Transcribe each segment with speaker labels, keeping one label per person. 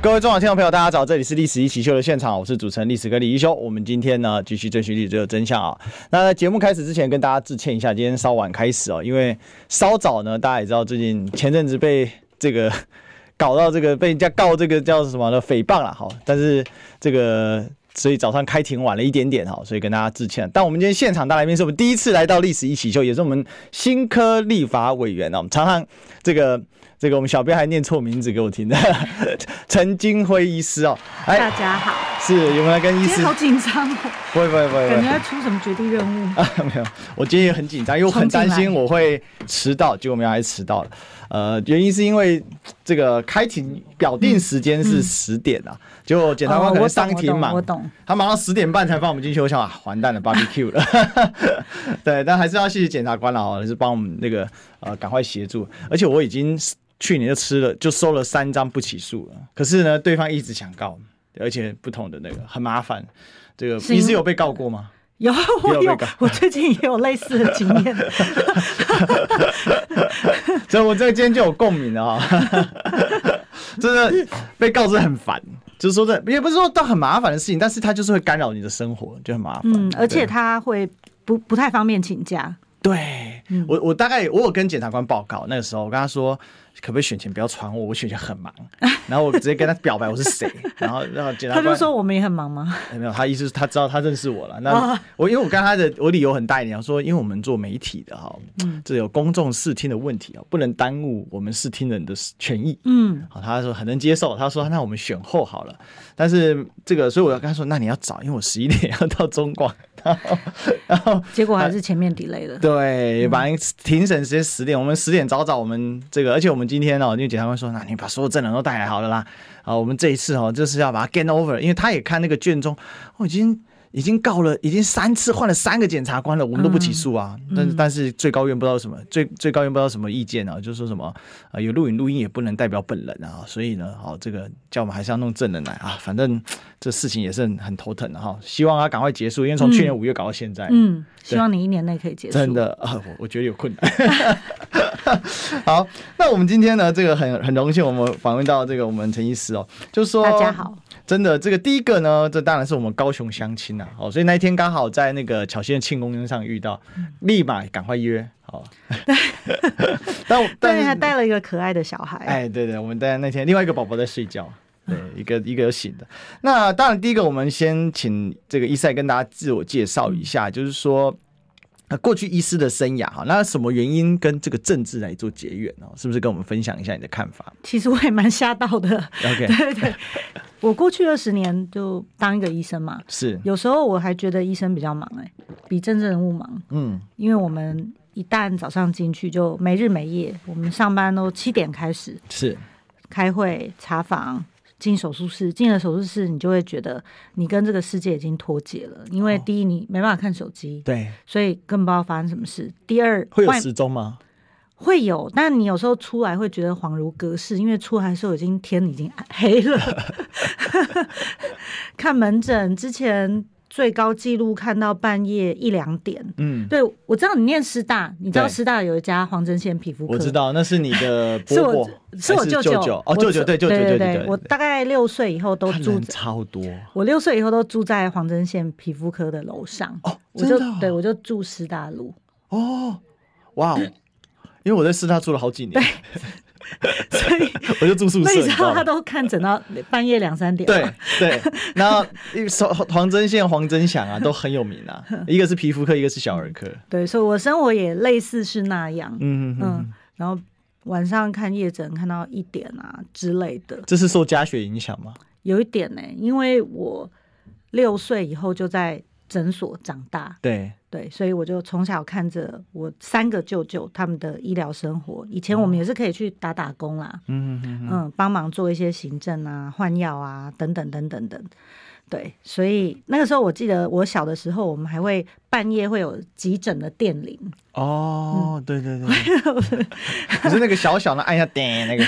Speaker 1: 各位中广听众朋友，大家早，这里是《历史一起秀》的现场，我是主持人历史哥李一修。我们今天呢，继续追寻历史的真相啊。那在节目开始之前，跟大家致歉一下，今天稍晚开始哦，因为稍早呢，大家也知道，最近前阵子被这个搞到这个被人家告这个叫什么呢？诽谤了，好，但是这个。所以早上开庭晚了一点点哈，所以跟大家致歉。但我们今天现场大来宾是我们第一次来到历史一起秀，也是我们新科立法委员啊。我们常常这个这个我们小编还念错名字给我听的， 陈金辉医师哦。
Speaker 2: 大
Speaker 1: 哎，
Speaker 2: 家好，
Speaker 1: 是有没有来跟医
Speaker 2: 今
Speaker 1: 师
Speaker 2: 天？好紧 张哦，
Speaker 1: 不会不会不会，不
Speaker 2: 感
Speaker 1: 会
Speaker 2: 觉要出什么绝地任 务。
Speaker 1: 啊，没有，我今天也很紧张，因为我很担
Speaker 2: 冲进
Speaker 1: 心
Speaker 2: 来
Speaker 1: 我会迟到，结果没有，还是迟到了。呃，原因是因为这个开庭表定时间是十点啊，结果检察官
Speaker 2: 嗯哦
Speaker 1: 可能
Speaker 2: 我懂
Speaker 1: 当庭忙，
Speaker 2: 我懂我懂
Speaker 1: 他忙到十点半才放我们进去，我想啊，完蛋了，barbecue 了。对，但还是要谢谢检察官了哦，就是帮我们那个呃赶快协助，而且我已经去年就吃了，就收了三张不起诉了，可是呢，对方一直想告，而且不同的那个很麻烦。这个
Speaker 2: 因
Speaker 1: 你
Speaker 2: 为
Speaker 1: 是有被告过吗？
Speaker 2: 有
Speaker 1: 有
Speaker 2: 我
Speaker 1: 被
Speaker 2: 有
Speaker 1: 告，
Speaker 2: 我最近也有类似的经 验。
Speaker 1: 所以我这个今天就有共鸣了哈、 真的被告知很烦，就是说这也不是说到很麻烦的事情，但是它就是会干扰你的生活，就很麻烦。
Speaker 2: 嗯，而且
Speaker 1: 对
Speaker 2: 他会不不太方便请假。
Speaker 1: 对
Speaker 2: 嗯
Speaker 1: 我我大概我有跟检察官报告，那个时候我跟他说。可不可以选前不要传我？我选前很忙，然后我直接跟他表白我是谁，然后然后检察
Speaker 2: 他
Speaker 1: 官
Speaker 2: 就说我们也很 忙吗？
Speaker 1: 哎没有，他意思是他知道他认识我了。那我因为我跟他的我理由很大一点，我说因为我们做媒体的哈，这有公众视听的问题啊，不能耽误我们视听人的权益。
Speaker 2: 嗯，
Speaker 1: 好，他说很能接受，他说那我们选后好了。但是这个，所以我要跟他说，那你要早，因为我十一点要到中广， 然后然后
Speaker 2: 结果还是前面 delay 了。
Speaker 1: 对，反正庭审时间十点，我们十点早早，我们这个，而且我们今天哦，因为检察官说，那你把所有证人都带来好了啦，啊，我们这一次哦，就是要把它 get over，因为他也看那个卷宗，哦我、已经已经告了，已经三次换了三个检察官了，我们都不起诉啊，但是但是最高院不知道什么，最最高院不知道什么意见啊，就说什么啊、有录影录音也不能代表本人啊，所以呢，好、这个叫我们还是要弄证人来啊，反正这事情也是很很头疼的、哈，希望他赶快结束，因为从去年五月搞到现在，
Speaker 2: 嗯，希望你一年内可以结束。
Speaker 1: 真，的啊，我我觉得有困难。 好，那我们今天呢，这个很很荣幸，我们访问到这个我们陈医师哦，就是说
Speaker 2: 大家好，
Speaker 1: 真的这个第一个呢，这当然是我们高雄相亲啊，哦，所以那一天刚好在那个巧仙庆功宴上遇到，
Speaker 2: 嗯
Speaker 1: 立马赶快约 好。但我但
Speaker 2: 对，啊
Speaker 1: 是
Speaker 2: 还带了一个可爱的小孩。
Speaker 1: 哎，对对，我们在那天另外一个宝宝在睡觉，对，一个一个有醒的。那当然，第一个我们先请这个伊赛跟大家自我介绍一
Speaker 2: 嗯
Speaker 1: 下，就是说。呃过去医师的生涯哈，那什么原因跟这个政治来做结缘哦？是不是跟我们分享一下你的看法
Speaker 2: 其实我也蛮吓到的。
Speaker 1: ？OK，
Speaker 2: 对对，我过去二十年就当一个医生嘛，
Speaker 1: 是，
Speaker 2: 有时候我还觉得医生比较忙哎、比政治人物忙。
Speaker 1: 嗯，
Speaker 2: 因为我们一旦早上进去就没日没夜，我们上班都七点开始
Speaker 1: 是，
Speaker 2: 开会、查房、进手术室。进了手术室，你就会觉得你跟这个世界已经脱节了，因
Speaker 1: 哦
Speaker 2: 为第一你没办法看手机，
Speaker 1: 对，
Speaker 2: 所以更不知道发生什么事。第二
Speaker 1: 会有
Speaker 2: 外
Speaker 1: 时钟吗？
Speaker 2: 会有，但你有时候出来会觉得恍如隔世，因为出来的时候已经天已经暗黑了。 看门诊之前最高纪录看到半夜一两点，
Speaker 1: 嗯，
Speaker 2: 对，我知道你念师大，你知道
Speaker 1: 对
Speaker 2: 师大有一家黄针线皮肤科，
Speaker 1: 我知，道，那是你的
Speaker 2: 是
Speaker 1: 伯
Speaker 2: 我
Speaker 1: 伯，
Speaker 2: 是我
Speaker 1: 还
Speaker 2: 舅
Speaker 1: 舅哦，舅舅，
Speaker 2: 我
Speaker 1: 对，舅舅，
Speaker 2: 对
Speaker 1: 对
Speaker 2: 对
Speaker 1: 对，，
Speaker 2: 我大概六岁以后都
Speaker 1: 他
Speaker 2: 住
Speaker 1: 人
Speaker 2: 在，
Speaker 1: 超多，
Speaker 2: 我六岁以后都住在黄针线皮肤科的楼上，
Speaker 1: 哦
Speaker 2: 我
Speaker 1: 真
Speaker 2: 就
Speaker 1: 的哦
Speaker 2: 对我就住师大路，
Speaker 1: 哦，哇哦，因为我在师大住了好几年，
Speaker 2: 所以
Speaker 1: 我就住宿
Speaker 2: 那
Speaker 1: 舍，
Speaker 2: 你
Speaker 1: 你
Speaker 2: 知
Speaker 1: 知道
Speaker 2: 道
Speaker 1: 吗
Speaker 2: 他都看诊到半夜两三点，
Speaker 1: 对，对，然后黄黄针线、黄针响啊，都很有名 啊。一个是皮肤科，一个是小儿科。
Speaker 2: 对，所以我生活也类似是那样，
Speaker 1: 嗯嗯嗯，
Speaker 2: 嗯，然后晚上看夜诊看到一点啊之类的，
Speaker 1: 这是受家学影响吗？
Speaker 2: 有一点呢、因为我六岁以后就在诊所长大。
Speaker 1: 对，
Speaker 2: 对，所以我就从小看着我三个舅舅他们的医疗生活。以前我们也是可以去打打工啦，
Speaker 1: 哦嗯嗯嗯，
Speaker 2: 嗯，帮忙做一些行政啊、换药啊等等等等等。对，所以那个时候我记得我小的时候，我们还会半夜会有急诊的电铃，
Speaker 1: 哦，对对对， 可是那个小小的按一下点那个，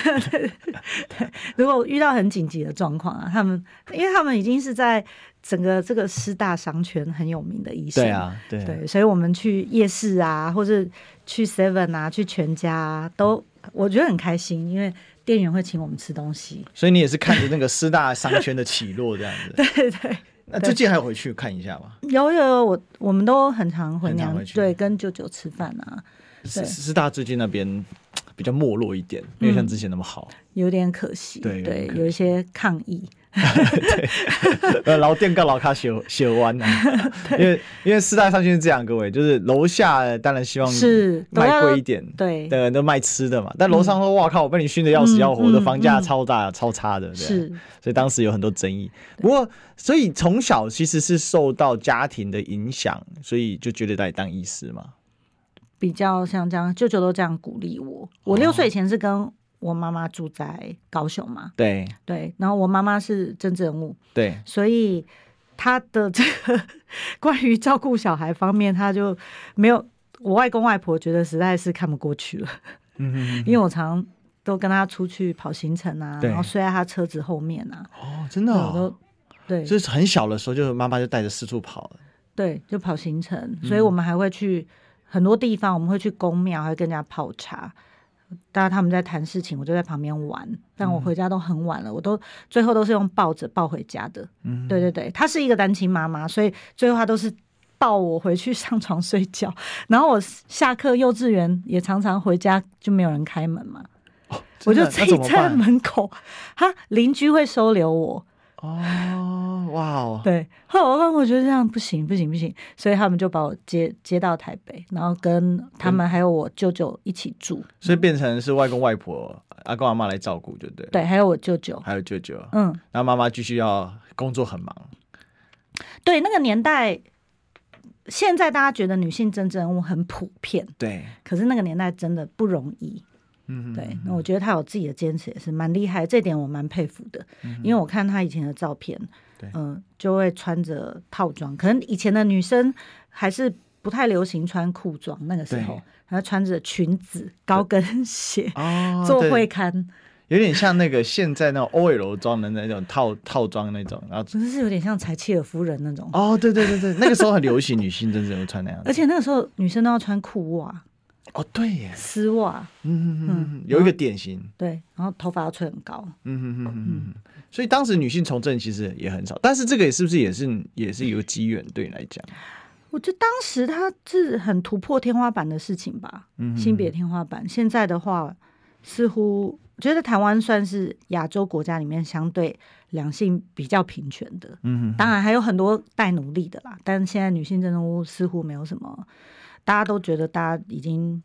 Speaker 2: 如果遇到很紧急的状况啊，他们因为他们已经是在整个这个师大商圈很有名的医 生，
Speaker 1: 对啊，对
Speaker 2: 对，所以我们去夜市啊，或者去 Seven 啊，去全家、啊、都，我觉得很开心，因为店员会请我们吃东西。
Speaker 1: 所以你也是看着那个师大商圈的起落这样子。 对对。那最近还有回去看一下吧？
Speaker 2: 有有有，我我们都很常回
Speaker 1: 很常
Speaker 2: 娘
Speaker 1: 回去
Speaker 2: 对，跟舅舅吃饭啊，
Speaker 1: 师师大最近那边比较没落一
Speaker 2: 嗯
Speaker 1: 点，没有像之前那么好。
Speaker 2: 有点可惜，
Speaker 1: 对有点可惜
Speaker 2: 有一些抗议，
Speaker 1: 呃，老店跟老咖写写完了，啊因 为因为师大商圈是这样，各位就是楼下当然希望
Speaker 2: 是
Speaker 1: 卖贵一点，
Speaker 2: 对
Speaker 1: 嗯
Speaker 2: 嗯
Speaker 1: 对，啊都卖吃的嘛。但楼上说，哇靠，我被你熏得要死要活的，房价超大超差的，对啊
Speaker 2: 是，
Speaker 1: 所以当时有很多争议。不过，所以从小其实是受到家庭的影响，所以就觉得在当医师嘛。
Speaker 2: 比较像这样，舅舅都这样鼓励我。我六岁以前是跟我妈妈住在高雄嘛，
Speaker 1: 对
Speaker 2: 对，然后我妈妈是政治人物，
Speaker 1: 对，
Speaker 2: 所以她的这个 关于照顾小孩方面，她就没有我外公外婆觉得实在是看不过去了，
Speaker 1: 嗯，
Speaker 2: 因为我常都跟她出去跑行程啊，
Speaker 1: 对
Speaker 2: 然后睡在她车子后面啊，
Speaker 1: 哦，真的、
Speaker 2: 我
Speaker 1: 哦
Speaker 2: 都。对
Speaker 1: 就是很小的时候，就是妈妈就带着四处跑了。
Speaker 2: 对，就跑行程，所以
Speaker 1: 嗯
Speaker 2: 我们还会去很多地方，我们会去公庙，还会跟人家泡茶。当然他们在谈事情，我就在旁边玩。但
Speaker 1: 嗯
Speaker 2: 我回家都很晚了，我都最后都是用抱着抱回家的。
Speaker 1: 嗯
Speaker 2: 对对对，她是一个单亲妈妈，所以最后她都是抱我回去 上床睡觉。然后我下课幼稚园也常常回家，就没有人开门嘛，我就
Speaker 1: 真的
Speaker 2: 自
Speaker 1: 那
Speaker 2: 己
Speaker 1: 怎么
Speaker 2: 站在
Speaker 1: 办？
Speaker 2: 门口。哈，邻居会收留我，
Speaker 1: 哦，哇哦，
Speaker 2: 对，后来我跟我觉得这样不行不行不行，所以他们就把我接接到台北，然后跟他们还有我舅舅一起住，
Speaker 1: 所以变成是外公外婆、阿公阿妈来照顾，对不对？，
Speaker 2: 对，还有我舅舅，
Speaker 1: 还有舅舅，
Speaker 2: 嗯，
Speaker 1: 然后妈妈继续要工作很忙，
Speaker 2: 对，那个年代，现在大家觉得女性政治人物很普遍，
Speaker 1: 对，
Speaker 2: 可是那个年代真的不容易，
Speaker 1: 嗯，
Speaker 2: 对，那我觉得他有自己的坚持也是蛮厉害，这点我蛮佩服的，因为我看他以前的照片，
Speaker 1: 嗯对
Speaker 2: 嗯、就会穿着套装，可能以前的女生还是不太流行穿裤装，那个时候
Speaker 1: 对，
Speaker 2: 然后穿着裙子、高跟 鞋。
Speaker 1: 哦，
Speaker 2: 做会
Speaker 1: 对，
Speaker 2: 刊，
Speaker 1: 有点像那个现在那种 OL 装的那种套套装那种，然后
Speaker 2: 真的是有点像柴契尔夫人那种，
Speaker 1: 哦，对对对对， 那个时候很流行女性真正有穿那样子，
Speaker 2: 而且那个时候女生都要穿裤袜、
Speaker 1: 哦，对耶，
Speaker 2: 丝袜，
Speaker 1: 嗯嗯嗯，有一个典型，
Speaker 2: 对，然后头发要吹很高，
Speaker 1: 嗯嗯嗯嗯，所以当时女性从政其实也很少，但是这个也是不是也是也是有个机缘对你来讲，
Speaker 2: 我觉得当时它是很突破天花板的事情吧，
Speaker 1: 嗯
Speaker 2: 性别天花板。现在的话，似乎我觉得台湾算是亚洲国家里面相对两性比较平权的，
Speaker 1: 嗯
Speaker 2: 当然还有很多带奴隶的啦，但现在女性政治屋似乎没有什么，大家都觉得大家已经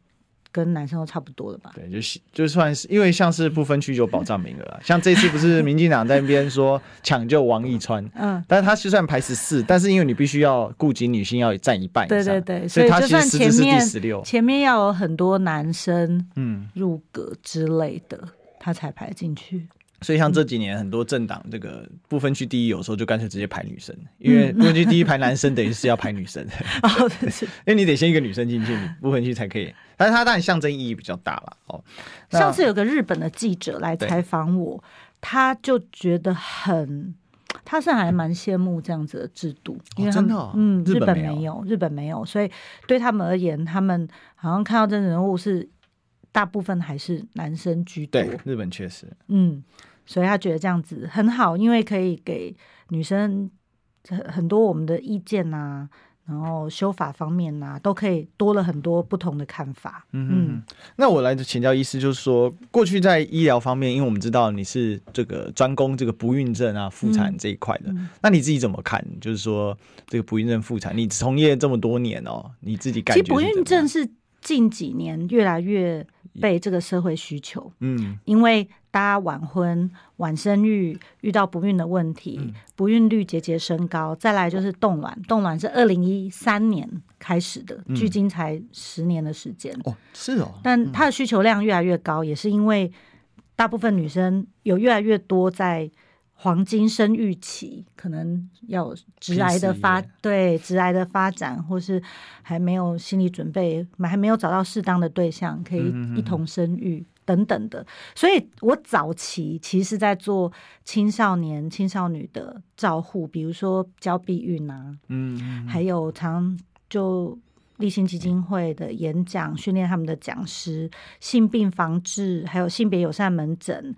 Speaker 2: 跟男生都差不多了吧？
Speaker 1: 对，就是就算是因为像是不分区有保障名额啊，像这次不是民进党在那边 说抢救王一川，
Speaker 2: 嗯，
Speaker 1: 但是他是算排十四，但是因为你必须要顾及女性要占一半以
Speaker 2: 对
Speaker 1: 上
Speaker 2: 对对，
Speaker 1: 所
Speaker 2: 以
Speaker 1: 他
Speaker 2: 就
Speaker 1: 其实
Speaker 2: 算
Speaker 1: 实质
Speaker 2: 前
Speaker 1: 是第
Speaker 2: 面
Speaker 1: 十六，
Speaker 2: 前面要有很多男生
Speaker 1: 嗯，
Speaker 2: 入阁之类的，他才排进去。
Speaker 1: 所以像这几年很多政党这个不分区第一，有时候就干脆直接排女生，因为不分区第一排男生等于是要排女生，
Speaker 2: 嗯 哦，真是
Speaker 1: 因为你得先一个女生进去，你不分区才可以，但是它当然象征意义比较大了哦。那
Speaker 2: 上次有个日本的记者来
Speaker 1: 对
Speaker 2: 采访我，他就觉得很，他是还蛮羡慕这样子的制度，因为他
Speaker 1: 真
Speaker 2: 们、
Speaker 1: 的哦
Speaker 2: 嗯，
Speaker 1: 日
Speaker 2: 日
Speaker 1: 本
Speaker 2: 本
Speaker 1: 没有
Speaker 2: 没有，日本没有，所以对他们而言，他们好像看到真人物是大部分还是男生居多，
Speaker 1: 对日本确实，
Speaker 2: 嗯，所以他觉得这样子很好，因为可以给女生很很多我们的意见啊。然后修法方面啊，都可以多了很多不同的看法。
Speaker 1: 嗯，那我来请教医师，就是说，过去在医疗方面，因为我们知道你是这个专攻这个不孕症啊、妇产这一块的，
Speaker 2: 嗯
Speaker 1: 那你自己怎么看？就是说，这个不孕症、妇产，你从业这么多年哦，你自己感
Speaker 2: 其
Speaker 1: 觉
Speaker 2: 实不
Speaker 1: 是
Speaker 2: 孕
Speaker 1: 怎么样
Speaker 2: 症，是近几年越来越被这个社会需求，
Speaker 1: 嗯，
Speaker 2: 因为大家晚婚、晚生育遇到不孕的问题，
Speaker 1: 嗯
Speaker 2: 不孕率节节升高。再来就是冻卵，冻卵是二零一三年开始的，距今才十年的时间，
Speaker 1: 嗯哦，是哦，
Speaker 2: 但它的需求量越来越高，也是因为大部分女生有越来越多在黄金生育期，可能要直癌的发
Speaker 1: PCA
Speaker 2: 对直癌的发展，或是还没有心理准备，还没有找到适当的对象可以
Speaker 3: 嗯
Speaker 2: 一同生育。等等的，所以我早期其实在做青少年、青少女的照护，比如说教避孕啊，
Speaker 3: 嗯，
Speaker 2: 还有常就立新基金会的演讲，训练他们的讲师，性病防治，还有性别友善门诊，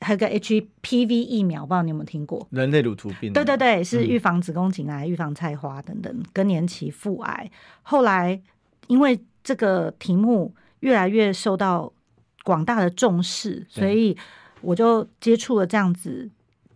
Speaker 2: 还有个 HPV 疫苗，不知道你有没有听过？
Speaker 1: 人类乳头病，
Speaker 2: 对对，对，是
Speaker 1: 嗯
Speaker 2: 预防子宫颈癌、预防菜花等等，更年期、妇癌。后来因为这个题目越来越受到广大的重视，
Speaker 1: 对
Speaker 2: 所以我就接触了这样子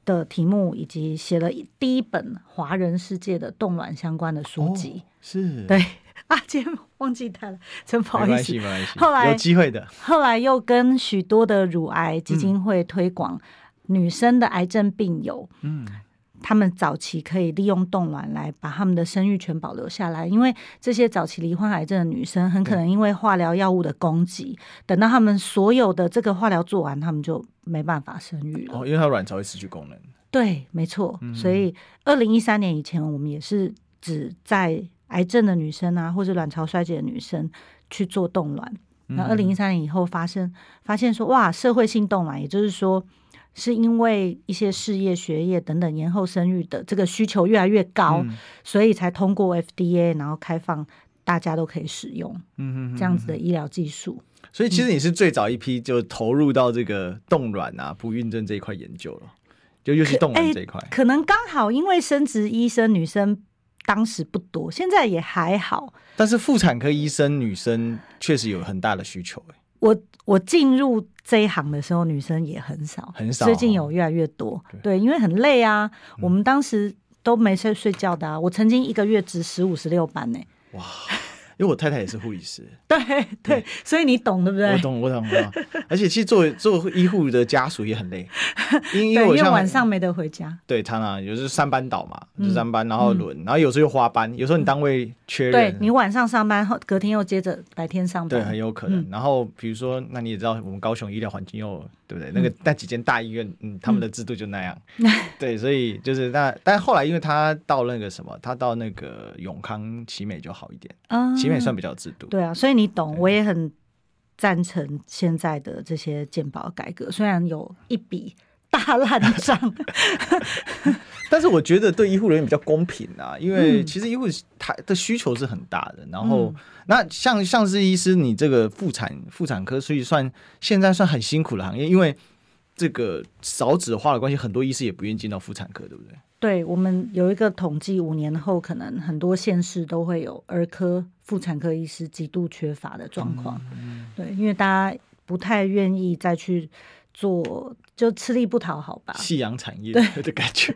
Speaker 2: 的题目，以及写了一第一本华人世界的冻卵相关的书籍。
Speaker 1: 哦是，
Speaker 2: 对 啊，今天忘记带了，真不
Speaker 1: 没
Speaker 2: 好意
Speaker 1: 关
Speaker 2: 思
Speaker 1: 系，。没关系，
Speaker 2: 后来
Speaker 1: 有机会的，
Speaker 2: 后来又跟许多的乳癌
Speaker 1: 嗯
Speaker 2: 基金会推广女生的癌症病友，
Speaker 3: 嗯，
Speaker 2: 他们早期可以利用冻卵来把他们的生育权保留下来，因为这些早期罹患癌症的女生很可能因为化疗药物的攻击，等到他们所有的这个化疗做完，他们就没办法生育了。
Speaker 1: 哦，因为它卵巢会失去功能，
Speaker 2: 对，没错。所以二零一三年以前，我们也是只在癌症的女生啊，或者卵巢衰竭的女生去做冻卵。那二零一三年以后发生发现说，哇，社会性冻卵，也就是说。是因为一些事业、学业等等延后生育的这个需求越来越高，所以才通过 FDA，然后开放大家都可以使用
Speaker 3: 嗯
Speaker 2: 这样子的医疗技术。
Speaker 1: 所以其实你是最早一批就投入到这个冻卵啊、不孕症这一块研究了，就尤其冻
Speaker 2: 哎
Speaker 1: 卵这一块，
Speaker 2: 可能刚好因为生殖医生女生当时不多，现在也还好，
Speaker 1: 但是妇产科医生女生确实有很大的需求、哎
Speaker 2: 我我进入这一行的时候，女生也很少，
Speaker 1: 很少哦嗯
Speaker 2: 最近有越来越多，对，因为很累啊。我们当时都没睡睡觉的啊，我曾经一个月值十五十六班呢、
Speaker 1: 因为我太太也是护理师，
Speaker 2: 对对，所以你懂对不对
Speaker 1: 我？懂，我懂，我懂。而且其实作为做医护的家属也很累，因因
Speaker 2: 对，
Speaker 1: 为我
Speaker 2: 因为
Speaker 1: 像
Speaker 2: 晚上嗯没得回家，
Speaker 1: 对常常有时候三班倒嘛，就三班，然后轮，然后有时候又花班，有时候你单位缺
Speaker 2: 嗯对
Speaker 1: 人，
Speaker 2: 你嗯晚上上班后，隔天又接着白天上
Speaker 1: 对，很
Speaker 2: 班，
Speaker 1: 有可能。然后比如说，那你也知道，我们高雄医疗环境又对不对？那
Speaker 2: 嗯
Speaker 1: 个那几间大医院，嗯，他们的制度就那样。 对，所以就是那，但后来因为他到那个什么，他到那个永康奇美就好一点，
Speaker 2: 啊
Speaker 1: 奇美算比较有制度。
Speaker 2: 对啊，所以你懂，我也很赞成现在的这些健保改革，虽然有一笔大烂 账，
Speaker 1: 但是我觉得对医护人员比较公平啊，因为其实医护他的需求是很大的。然后、那像像是医师，你这个妇产妇产科，所以算现在算很辛苦的行业，因为这个少子化的关系，很多医师也不愿意进到妇产科，对不对？
Speaker 2: 对我们有一个统计，五年后可能很多县市都会有儿科、妇产科医师极度缺乏的状况。对，因为大家不太愿意再去做，就吃力不讨好吧。
Speaker 1: 夕阳产业的感觉，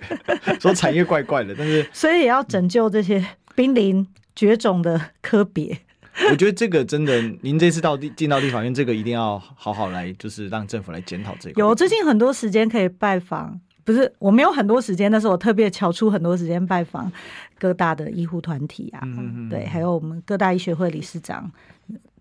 Speaker 1: 说产业怪怪的，但是
Speaker 2: 所以也要拯救这些濒临绝种的科别。
Speaker 1: 我觉得这个真的，您这次到地进到立法院，这个一定要好好来，就是让政府来检讨这个。
Speaker 2: 有最近很多时间可以拜访，不是我没有很多时间，但是我特别瞧出很多时间拜访各大的医护团体
Speaker 1: 嗯
Speaker 2: 啊，对，还有我们各大医学会理事长，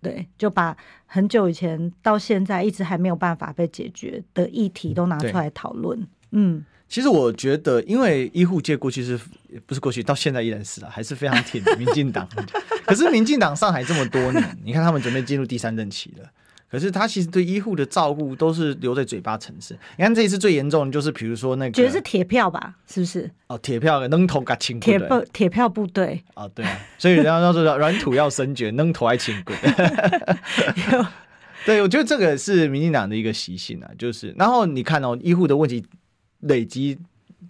Speaker 2: 对，就把很久以前到现在一直还没有办法被解决的议题都拿
Speaker 1: 对
Speaker 2: 出来讨论。嗯，
Speaker 1: 其实我觉得，因为医护界过去是不是过去到现在依然是啊，还是非常挺民进党 的。可是民进党上海这么多年，你看他们准备进入第三任期了。可是他其实对医护的照顾都是留在嘴巴层次。你看这一次最严重的就是，比如说那
Speaker 2: 觉得是
Speaker 1: 个
Speaker 2: 铁票吧？是不是？
Speaker 1: 哦，铁票扔头嘎清
Speaker 2: 铁票铁票部队
Speaker 1: 啊，对啊，所以人家都说软土要生卷，扔头还请 滚。对，我觉得这个是民进党的一个习性啊，就是然后你看哦，医护的问题累积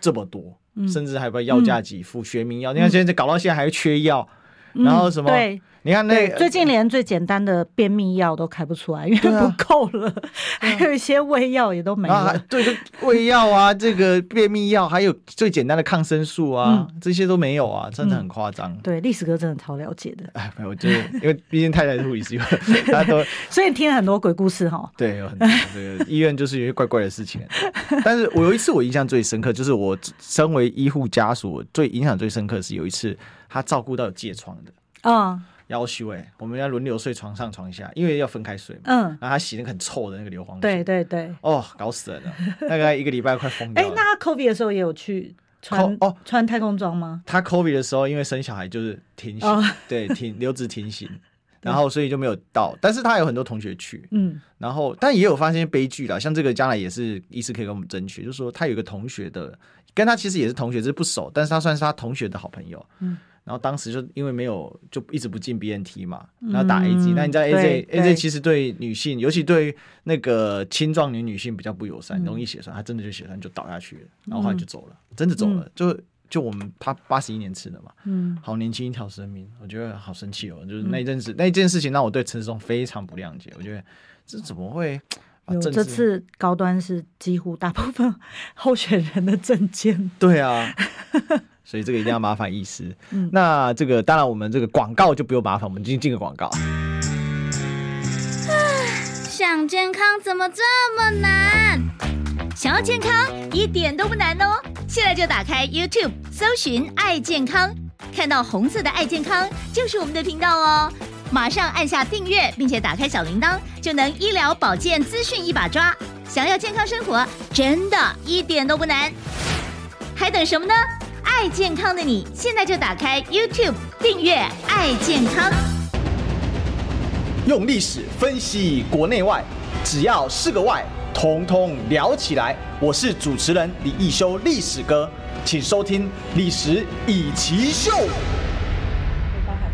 Speaker 1: 这么多，
Speaker 2: 嗯
Speaker 1: 甚至还把药价给付、学名药，你看现在搞到现在还缺药，然后什么？
Speaker 2: 嗯对。
Speaker 1: 你看那
Speaker 2: 对，
Speaker 1: 个
Speaker 2: 最近连最简单的便秘药都开不出来，因为
Speaker 1: 对啊
Speaker 2: 不够了，还有一些胃药也都没
Speaker 1: 啊
Speaker 2: 了。，
Speaker 1: 对，就胃药啊，这个便秘药，还有最简单的抗生素啊，
Speaker 2: 嗯
Speaker 1: 这些都没有啊，真的很夸张。
Speaker 2: 对，历史哥真的超了解的，
Speaker 1: 哎，没有，我觉得因为毕竟太太是护理师， 大家都
Speaker 2: 所以你听了很多鬼故事哈。
Speaker 1: 对， 有很多这个医院就是有一些怪怪的事情。但是我有一次我印象最深刻，就是我身为医护家属，我最影响最深刻是有一次他照顾到有疥疮的，
Speaker 2: 嗯，
Speaker 1: 要求哎，我们要轮流睡床上床下，因为要分开睡嘛。
Speaker 2: 嗯，
Speaker 1: 然后他洗那个很臭的那个硫磺水，
Speaker 2: 对对对。
Speaker 1: 哦，搞死人了，大概一个礼拜快疯
Speaker 2: 哎、
Speaker 1: 掉了。
Speaker 2: 那他 COVID 的时候也有去穿
Speaker 1: 哦
Speaker 2: 穿太空装吗？
Speaker 1: 他 COVID 的时候，因为生小孩就是停
Speaker 2: 哦
Speaker 1: 薪，对，停留职停薪，然后所以就没有到，但是他有很多同学去，
Speaker 2: 嗯，
Speaker 1: 然后但也有发现悲剧啦，像这个将来也是医师可以跟我们争取，就是说他有一个同学的，跟他其实也是同学，只是不熟，但是他算是他同学的好朋友，
Speaker 2: 嗯。
Speaker 1: 然后当时就因为没有就一直不进 BNT 嘛，然后打 AZ，、
Speaker 2: 嗯
Speaker 1: 那你知道 AZ
Speaker 2: 对
Speaker 1: AZ
Speaker 2: 对
Speaker 1: 其实对女性，尤其对那个青壮年女性比较不友
Speaker 2: 嗯
Speaker 1: 善，容易血栓，她真的就血栓就倒下去了，然后后来就走了，真的走了，就就我们他八十一年吃的嘛，
Speaker 2: 嗯，
Speaker 1: 好年轻一条生命，我觉得好生气哦。就是那一阵子、那一件事情让我对陈世忠非常不谅解，我觉得这怎么会把
Speaker 2: 有
Speaker 1: 啊政
Speaker 2: 这
Speaker 1: 治？
Speaker 2: 次高端是几乎大部分候选人的 证件，
Speaker 1: 对 啊，所以这个一定要麻烦医师。
Speaker 2: 嗯
Speaker 1: 那这个当然我们这个广告就不用麻烦，我们进进个广告。
Speaker 4: 想健康怎么这么难？想要健康一点都不难哦！现在就打开 YouTube 搜寻“爱健康”，看到红色的“爱健康”就是我们的频道哦。马上按下订阅，并且打开小铃铛，就能医疗保健资讯一把抓。想要健康生活，真的一点都不难，还等什么呢？爱健康的你，现在就打开 YouTube 订阅“爱健康”。
Speaker 3: 用历史分析国内外，只要是个“外”，统统聊起来。我是主持人李一修，历史哥，请收听《历史以奇秀》。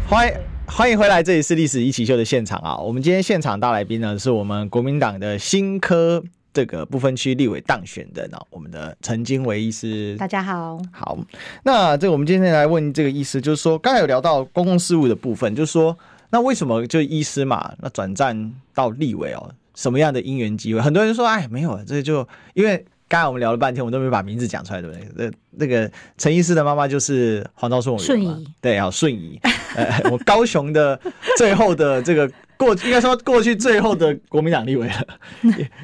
Speaker 1: 欢迎欢迎回来，这里是历史一起秀的现场啊！我们今天现场大来宾呢，是我们国民党的新科这个不分区立委当选人啊，我们的陈金维医师。
Speaker 2: 大家好，
Speaker 1: 好，那这个我们今天来问这个医师，就是说刚才有聊到公共事务的部分，就是说那为什么就医师嘛，那转战到立委哦，什么样的因缘机会？很多人就说，哎，没有，这就因为。刚才我们聊了半天，我们都没把名字讲出来，对不对？那那个陈医师的妈妈就是黄昭顺委员嘛
Speaker 2: 顺仪
Speaker 1: 对，好顺 仪，呃，我高雄的最后的这个过，应该说过去最后的国民党立委了，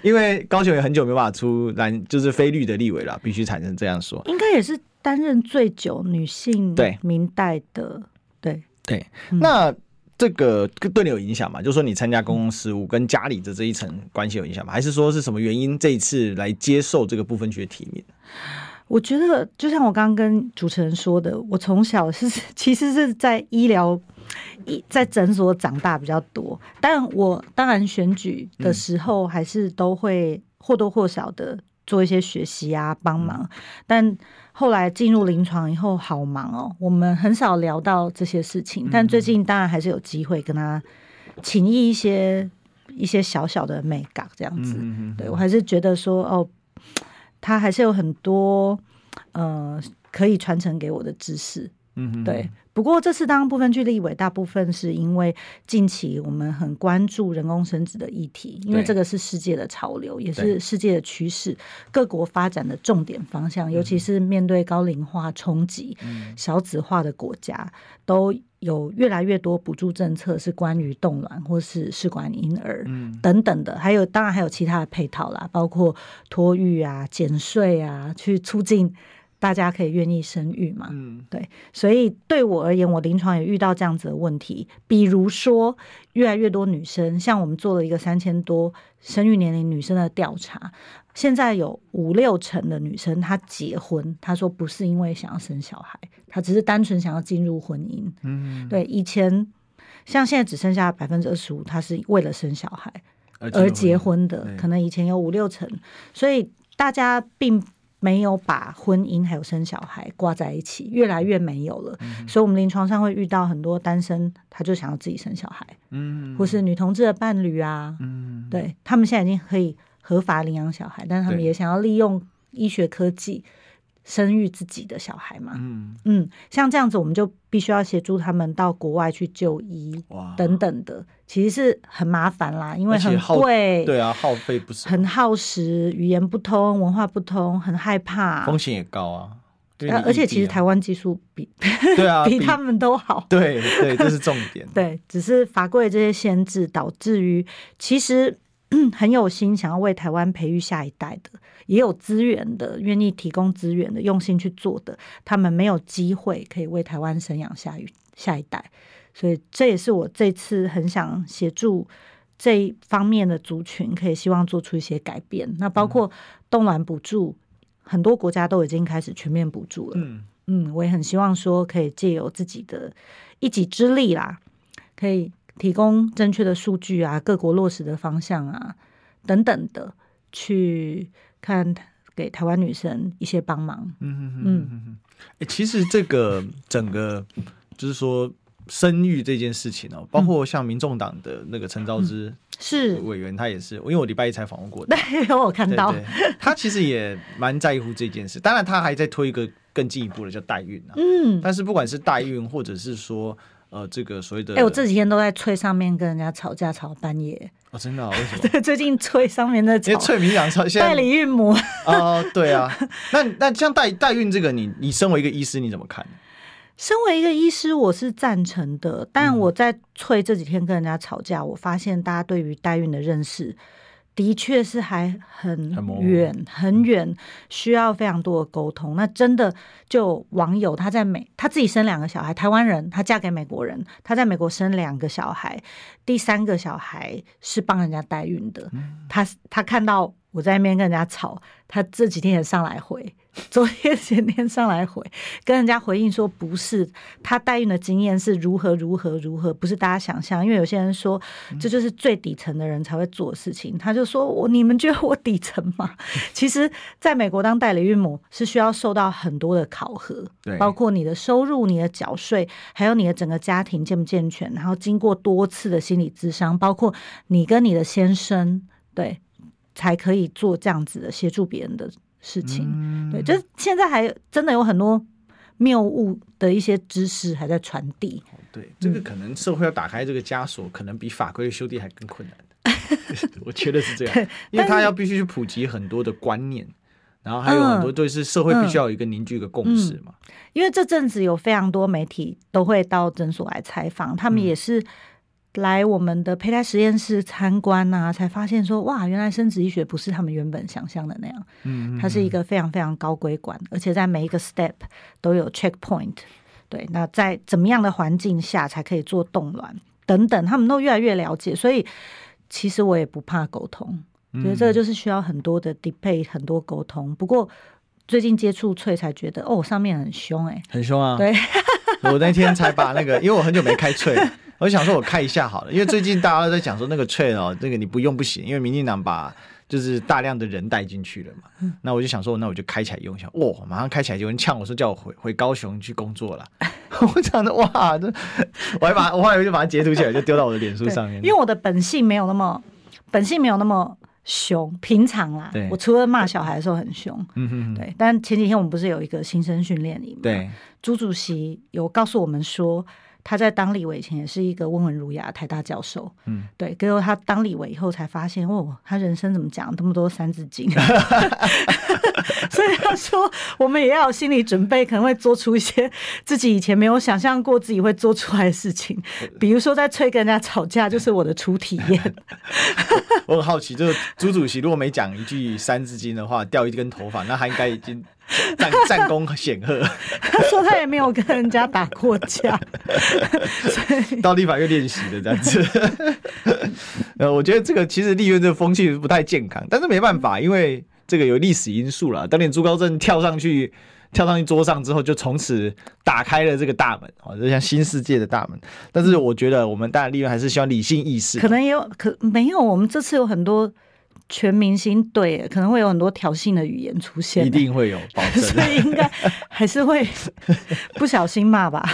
Speaker 1: 因为高雄也很久没办法出蓝，就是非绿的立委了，必须产生这样说。
Speaker 2: 应该也是担任最久女性
Speaker 1: 对
Speaker 2: 明代的，对，
Speaker 1: 对，
Speaker 2: 嗯
Speaker 1: 那这个对你有影响吗？就是说你参加公共事务跟家里的这一层关系有影响吗？还是说是什么原因这一次来接受这个部分区的提名？
Speaker 2: 我觉得就像我刚刚跟主持人说的，我从小是 其实是在医疗医在诊所长大比较多，但我当然选举的时候还是都会或多或少的做一些学习啊，帮忙。但后来进入临床以后，好忙哦，我们很少聊到这些事情。但最近当然还是有机会跟他请益一些一些小小的美感这样子。
Speaker 1: 嗯
Speaker 2: 对我还是觉得说，哦，他还是有很多呃可以传承给我的知识。
Speaker 1: 嗯
Speaker 2: 对，不过这次当部分去立委，大部分是因为近期我们很关注人工生殖的议题，因为
Speaker 1: 对
Speaker 2: 这个是世界的潮流，也
Speaker 1: 对
Speaker 2: 是世界的趋势，各国发展的重点方向，尤
Speaker 1: 嗯
Speaker 2: 其是面对高龄化冲击、少子化的国家，都有越来越多补助政策是关于冻卵或是试管婴儿。
Speaker 1: 嗯
Speaker 2: 等等的，还有当然还有其他的配套啦，包括托育啊、减税啊，去促进大家可以愿意生育嘛。
Speaker 1: 嗯
Speaker 2: 所以对我而言，我临床也遇到这样子的问题，比如说越来越多女生，像我们做了一个三千多生育年龄女生的调查，现在有五六成的女生她结婚，她说不是因为想要生小孩，她只是单纯想要进入婚姻。
Speaker 1: 嗯，
Speaker 2: 对，以前像现在只剩下百分之二十五，她是为了生小孩。而结婚的
Speaker 1: 呃对，
Speaker 2: 可能以前有五六成，所以大家并没有把婚姻还有生小孩挂在一起，越来越没有了。
Speaker 1: 嗯
Speaker 2: 所以，我们临床上会遇到很多单身，他就想要自己生小孩，
Speaker 1: 嗯
Speaker 2: 或是女同志的伴侣啊，
Speaker 1: 嗯
Speaker 2: 对他们现在已经可以合法领养小孩，但是他们
Speaker 1: 对
Speaker 2: 也想要利用医学科技生育自己的小孩嘛。
Speaker 1: 嗯
Speaker 2: 嗯，像这样子，我们就必须要协助他们到国外去就医
Speaker 1: 哇
Speaker 2: 等等的，其实是很麻烦啦，因为
Speaker 1: 啊而且
Speaker 2: 很
Speaker 1: 耗
Speaker 2: 贵，
Speaker 1: 对啊，耗费不少，
Speaker 2: 很耗时，语言不通，文化不通，很害怕。
Speaker 1: 风险也高啊。对
Speaker 2: 呃
Speaker 1: 你
Speaker 2: 而且
Speaker 1: 异地
Speaker 2: 其实
Speaker 1: 啊
Speaker 2: 台湾技术比、
Speaker 1: 对啊
Speaker 2: 比他们都好。
Speaker 1: 对对，这是重点。
Speaker 2: 对，只是法规这些限制，导致于 其实很有心想要为台湾培育下一代的，也有资源的，愿意提供资源的，用心去做的，他们没有机会可以为台湾生养下一下一代，所以这也是我这次很想协助这一方面的族群，可以希望做出一些改变。那包括冻卵补助，很多国家都已经开始全面补助了。
Speaker 3: 嗯，
Speaker 2: 嗯，我也很希望说可以借由自己的一己之力啦，可以提供正确的数据啊，各国落实的方向啊等等的，去看给台湾女生一些帮忙。
Speaker 3: 嗯
Speaker 2: 嗯，
Speaker 1: 欸其实这个整个就是说生育这件事情哦，包括像民众党的那个陈昭之
Speaker 2: 是，
Speaker 1: 委员，他也是，因为我礼拜一才访问过他，
Speaker 2: 对，我有看
Speaker 1: 对
Speaker 2: 到，
Speaker 1: 对，他其实也蛮在乎这件事。当然，他还在推一个更进一步的叫代孕啊。
Speaker 2: 嗯，
Speaker 1: 但是不管是代孕，或者是说呃这个所谓的，
Speaker 2: 哎、我这几天都在催上面跟人家吵架，吵到半夜。
Speaker 1: 哦真的啊、为什么？
Speaker 2: 最近催上面在
Speaker 1: 因为
Speaker 2: 吵，
Speaker 1: 翠明阳超现
Speaker 2: 代
Speaker 1: 在
Speaker 2: 理孕母，
Speaker 1: 哦，对啊，那那像代代孕这个，你你身为一个医师，你怎么看？
Speaker 2: 身为一个医师，我是赞成的，但
Speaker 1: 嗯
Speaker 2: 我在催这几天跟人家吵架，我发现大家对于代孕的认识的确是还很
Speaker 1: 很模糊嗯
Speaker 2: 远很远，需要非常多的沟通。那真的就网友他在美，他自己生两个小孩，台湾人，她嫁给美国人，她在美国生两个小孩，第三个小孩是帮人家代孕的，
Speaker 1: 嗯
Speaker 2: 他他看到我在那边跟人家吵，他这几天也上来回， 昨天前天上来回，跟人家回应说不是，他代孕的经验是如何如何如何，不是大家想象，因为有些人说这就是最底层的人才会做的事情，他就说我你们觉得我底层吗？ 其实，在美国当代理孕母是需要受到很多的考核，
Speaker 1: 对
Speaker 2: 包括你的收入、你的缴税，还有你的整个家庭健不健全，然后经过多次的心理咨商，包括你跟你的先生，对，才可以做这样子的协助别人的事情。对，就是现在还真的有很多谬误的一些知识还在传递。
Speaker 1: 对，这
Speaker 2: 嗯
Speaker 1: 个可能社会要打开这个枷锁，可能比法规的 修订还更困难。我觉得是这样，因为他要必须去普及很多的观念，然后还有
Speaker 2: 嗯
Speaker 1: 很多就是社会必须要有一个凝聚一个共识嘛。
Speaker 2: 因为这阵子有非常多媒体都会到诊所来采访，他们也是来我们的胚胎实验室参观啊，才发现说哇，原来生殖医学不是他们原本想象的那样，
Speaker 1: 嗯，
Speaker 2: 它是一个非常非常高规管，而且在每一个 step 都有 checkpoint。对，那在怎么样的环境下才可以做冻卵等等，他们都越来越了解，所以其实我也不怕沟通，觉得
Speaker 1: 嗯
Speaker 2: 这个就是需要很多的 debate，很多沟通。不过最近接触翠才觉得，哦，上面很凶哎、
Speaker 1: 很凶啊。
Speaker 2: 对，
Speaker 1: 我那天才把那个，因为我很久没开翠，我想说我开一下好了，因为最近大家都在讲说那个翠哦，那个你不用不行，因为民进党把就是大量的人带进去了
Speaker 2: 嗯
Speaker 1: 嘛。那我就想说，那我就开起来用一下，哇、马上开起来有人呛我说叫我回回高雄去工作了。 我想着哇，这我还 把我后来就把它截图起来，就丢到我的脸书
Speaker 2: 对，
Speaker 1: 上面。
Speaker 2: 因为我的本性没有那么本性没有那么凶，平常啦
Speaker 1: 对，
Speaker 2: 我除了骂小孩的时候很凶，
Speaker 1: 嗯哼哼，
Speaker 2: 对。但前几天我们不是有一个新生训练营嘛？
Speaker 1: 对，
Speaker 2: 朱主席有告诉我们说，他在当立委以前也是一个温文儒雅的台大教授，
Speaker 1: 嗯，
Speaker 2: 对。结果他当立委以后才发现，哦，他人生怎么讲这么多三字经？ 所以他说，我们也要有心理准备，可能会做出一些自己以前没有想象过自己会做出来的事情，比如说在催跟人家吵架，就是我的初体验。
Speaker 1: 我很好奇，就是朱主席如果没讲一句《三字经》的话，掉一根头发，那他应该已经 战战功显赫，
Speaker 2: 他说他也没有跟人家打过架，
Speaker 1: 到立法院练习的这样子。 呃，我觉得这个其实立院这个风气不太健康，但是没办法，因为这个有历史因素啦。当年朱高正跳上去，跳上去桌上之后，就从此打开了这个大门啊，哦就像新世界的大门。但是我觉得我们当然立院还是希望理性意识，
Speaker 2: 可能也有可没有，我们这次有很多全明星队，可能会有很多挑衅的语言出现，
Speaker 1: 一定会有保证
Speaker 2: 所。以应该还是会 不小心骂吧。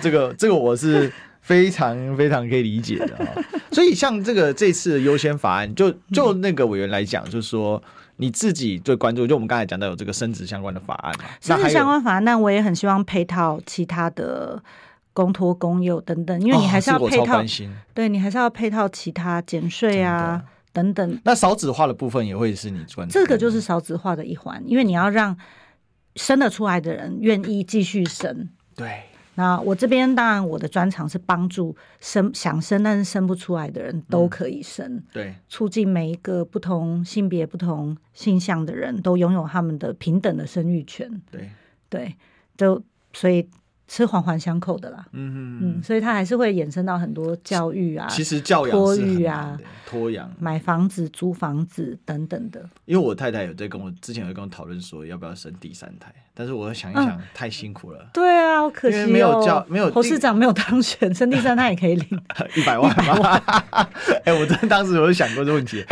Speaker 1: 这个这个我是非常非常可以理解的啊、所以像这个这次的优先法案，就就那个委员来讲，就是说你自己最关注，就我们刚才讲到有这个生殖相关的法案嘛，那
Speaker 2: 甚
Speaker 1: 还
Speaker 2: 至相
Speaker 1: 有
Speaker 2: 关法案，但我也很希望配套其他的公托、公幼等等，因为你还是要
Speaker 1: 哦这个我超
Speaker 2: 配套，
Speaker 1: 关心。
Speaker 2: 对你还是要配套其他减税啊等等。
Speaker 1: 那少子化的部分也会是你关注的，
Speaker 2: 这个就是少子化的一环，因为你要让生得出来的人愿意继续生。
Speaker 1: 对。
Speaker 2: 那我这边当然我的专长是帮助生想生但是生不出来的人都可以生，
Speaker 1: 对，
Speaker 2: 促进每一个不同性别、不同性向的人都拥有他们的平等的生育权。
Speaker 1: 对，
Speaker 2: 对，就所以吃环环相扣的啦。
Speaker 1: 嗯
Speaker 2: 嗯，所以它还是会衍生到很多教育啊，
Speaker 1: 其实教养
Speaker 2: 托
Speaker 1: 是很
Speaker 2: 育
Speaker 1: 难
Speaker 2: 啊
Speaker 1: 的，托养。
Speaker 2: 买房子、租房子等等的。
Speaker 1: 因为我太太有在跟我之前有跟我讨论说要不要生第三胎，但是我
Speaker 2: 嗯
Speaker 1: 想一想、太辛苦了，
Speaker 2: 对啊，好可惜、
Speaker 1: 因
Speaker 2: 哦，
Speaker 1: 为没有教没有
Speaker 2: 侯
Speaker 1: 定
Speaker 2: 市长没有 当选，生第三胎也可以领。
Speaker 1: 一百万 吗？哎、我真的当时我就想过这个问题，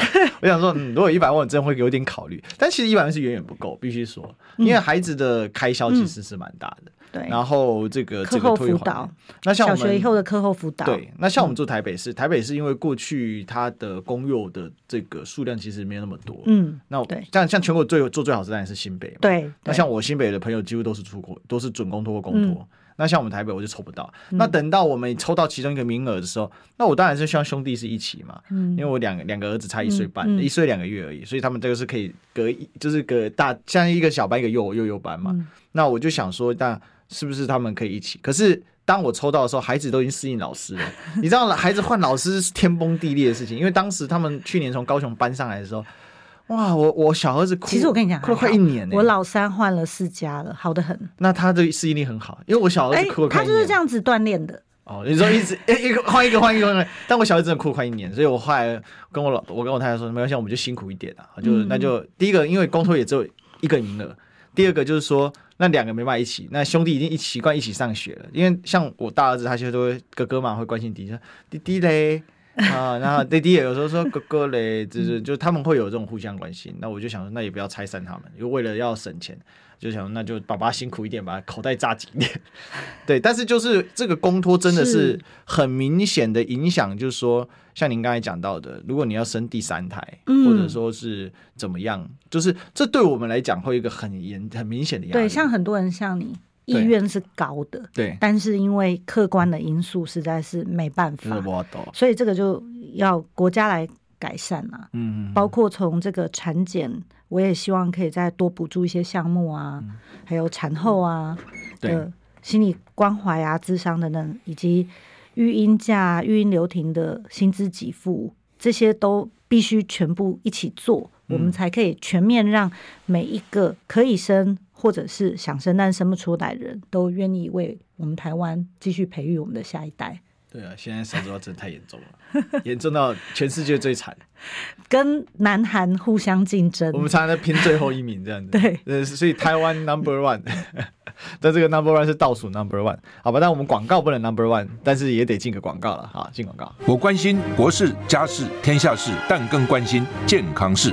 Speaker 1: 我想说，嗯，如果一百万，我真的会有点考虑，但其实一百万是远远不够，必须说，因为孩子的开销其实是蛮大的。
Speaker 2: 嗯对，
Speaker 1: 然后这个这
Speaker 2: 课
Speaker 1: 个
Speaker 2: 后
Speaker 1: 托育
Speaker 2: 辅
Speaker 1: 环
Speaker 2: 导
Speaker 1: 节，那像我
Speaker 2: 小
Speaker 1: 们
Speaker 2: 学以后的课后辅导，嗯
Speaker 1: 对，那像我们住台北市，台北市因为过去它的公幼的这个数量其实没有那么多，
Speaker 2: 嗯，
Speaker 1: 那我
Speaker 2: 对
Speaker 1: 像像全国最做最好的当然是新北嘛，
Speaker 2: 对，嗯
Speaker 1: 那像我新北的朋友几乎都是出国，都是准公托或公托。那像我们台北我就抽不到，那等到我们抽到其中一个名额的时候，那我当然是希望兄弟是一起嘛，因为我两个两个儿子差一岁半，
Speaker 2: 嗯嗯嗯
Speaker 1: 一岁两个月而已，所以他们这个是可以隔一就是隔大像一个小班一个幼幼幼班嘛。
Speaker 2: 嗯
Speaker 1: 那我就想说，那是不是他们可以一起？可是当我抽到的时候，孩子都已经适应老师了， 你知道孩子换老师是天崩地裂的事情，因为当时他们去年从高雄搬上来的时候。哇，我我小儿子哭，
Speaker 2: 其实我跟你讲，
Speaker 1: 快快
Speaker 2: 还
Speaker 1: 一
Speaker 2: 好
Speaker 1: 年、欸，
Speaker 2: 我老三换了四家了，好的很。哎
Speaker 1: 那他的适应力很好，因为我小儿子哭了快
Speaker 2: 他
Speaker 1: 一
Speaker 2: 就
Speaker 1: 年。
Speaker 2: 是这样子锻炼的。
Speaker 1: 哦，你说一直 一个换一个换一个换一个，但我小儿子真的哭了快一年，所以我后来跟我老我跟我太太说，没关系，我们就辛苦一点啊，就、
Speaker 2: 嗯
Speaker 1: 那就第一个，因为公托也只有一个名额，第二个就是说那两个没办法一起，那兄弟已经一起习惯一起上学了，因为像我大儿子他现在都会哥哥嘛会关心弟弟说弟弟嘞。啊，然后 弟弟也有时候说哥哥嘞，就是就他们会有这种互相关心。那我就想说，那也不要拆散他们，因为为了要省钱，就想那就爸爸辛苦一点吧，口袋扎紧一点。对，但是就是这个公托真的是
Speaker 2: 是
Speaker 1: 很明显的影响，就是说，像您刚才讲到的，如果你要生第三胎，
Speaker 2: 嗯
Speaker 1: 或者说是怎么样，就是这对我们来讲会有一个很严、很明显的压力。
Speaker 2: 对，像很多人像你，
Speaker 1: 对
Speaker 2: 意愿是高的，
Speaker 1: 对，
Speaker 2: 但是因为客观的因素实在是没办
Speaker 1: 就是
Speaker 2: 法，
Speaker 1: 我懂，
Speaker 2: 所以这个就要国家来改善啦、
Speaker 1: 嗯，
Speaker 2: 包括从这个产检，我也希望可以再多补助一些项目啊，还有产后啊
Speaker 1: 嗯对
Speaker 2: 的心理关怀啊、智商等等，以及育婴假、育婴留停的薪资给付，这些都必须全部一起做，
Speaker 1: 嗯
Speaker 2: 我们才可以全面让每一个可以生或者是想生但生不出来的人都愿意为我们台湾继续培育我们的下一代。
Speaker 1: 对啊，现在少子化真的太严重了，严重到全世界最 惨，
Speaker 2: 跟南韩互相竞争
Speaker 1: 我，们常常在拼最后一名这样子。
Speaker 2: 对
Speaker 1: 呃，所以台湾 number one，但这个 number one 是倒数 number one，好吧？但我们广告不能 number one，但是也得进个广告了，好，进广告。
Speaker 5: 我关心国事、家事、天下事，但更关心健康事。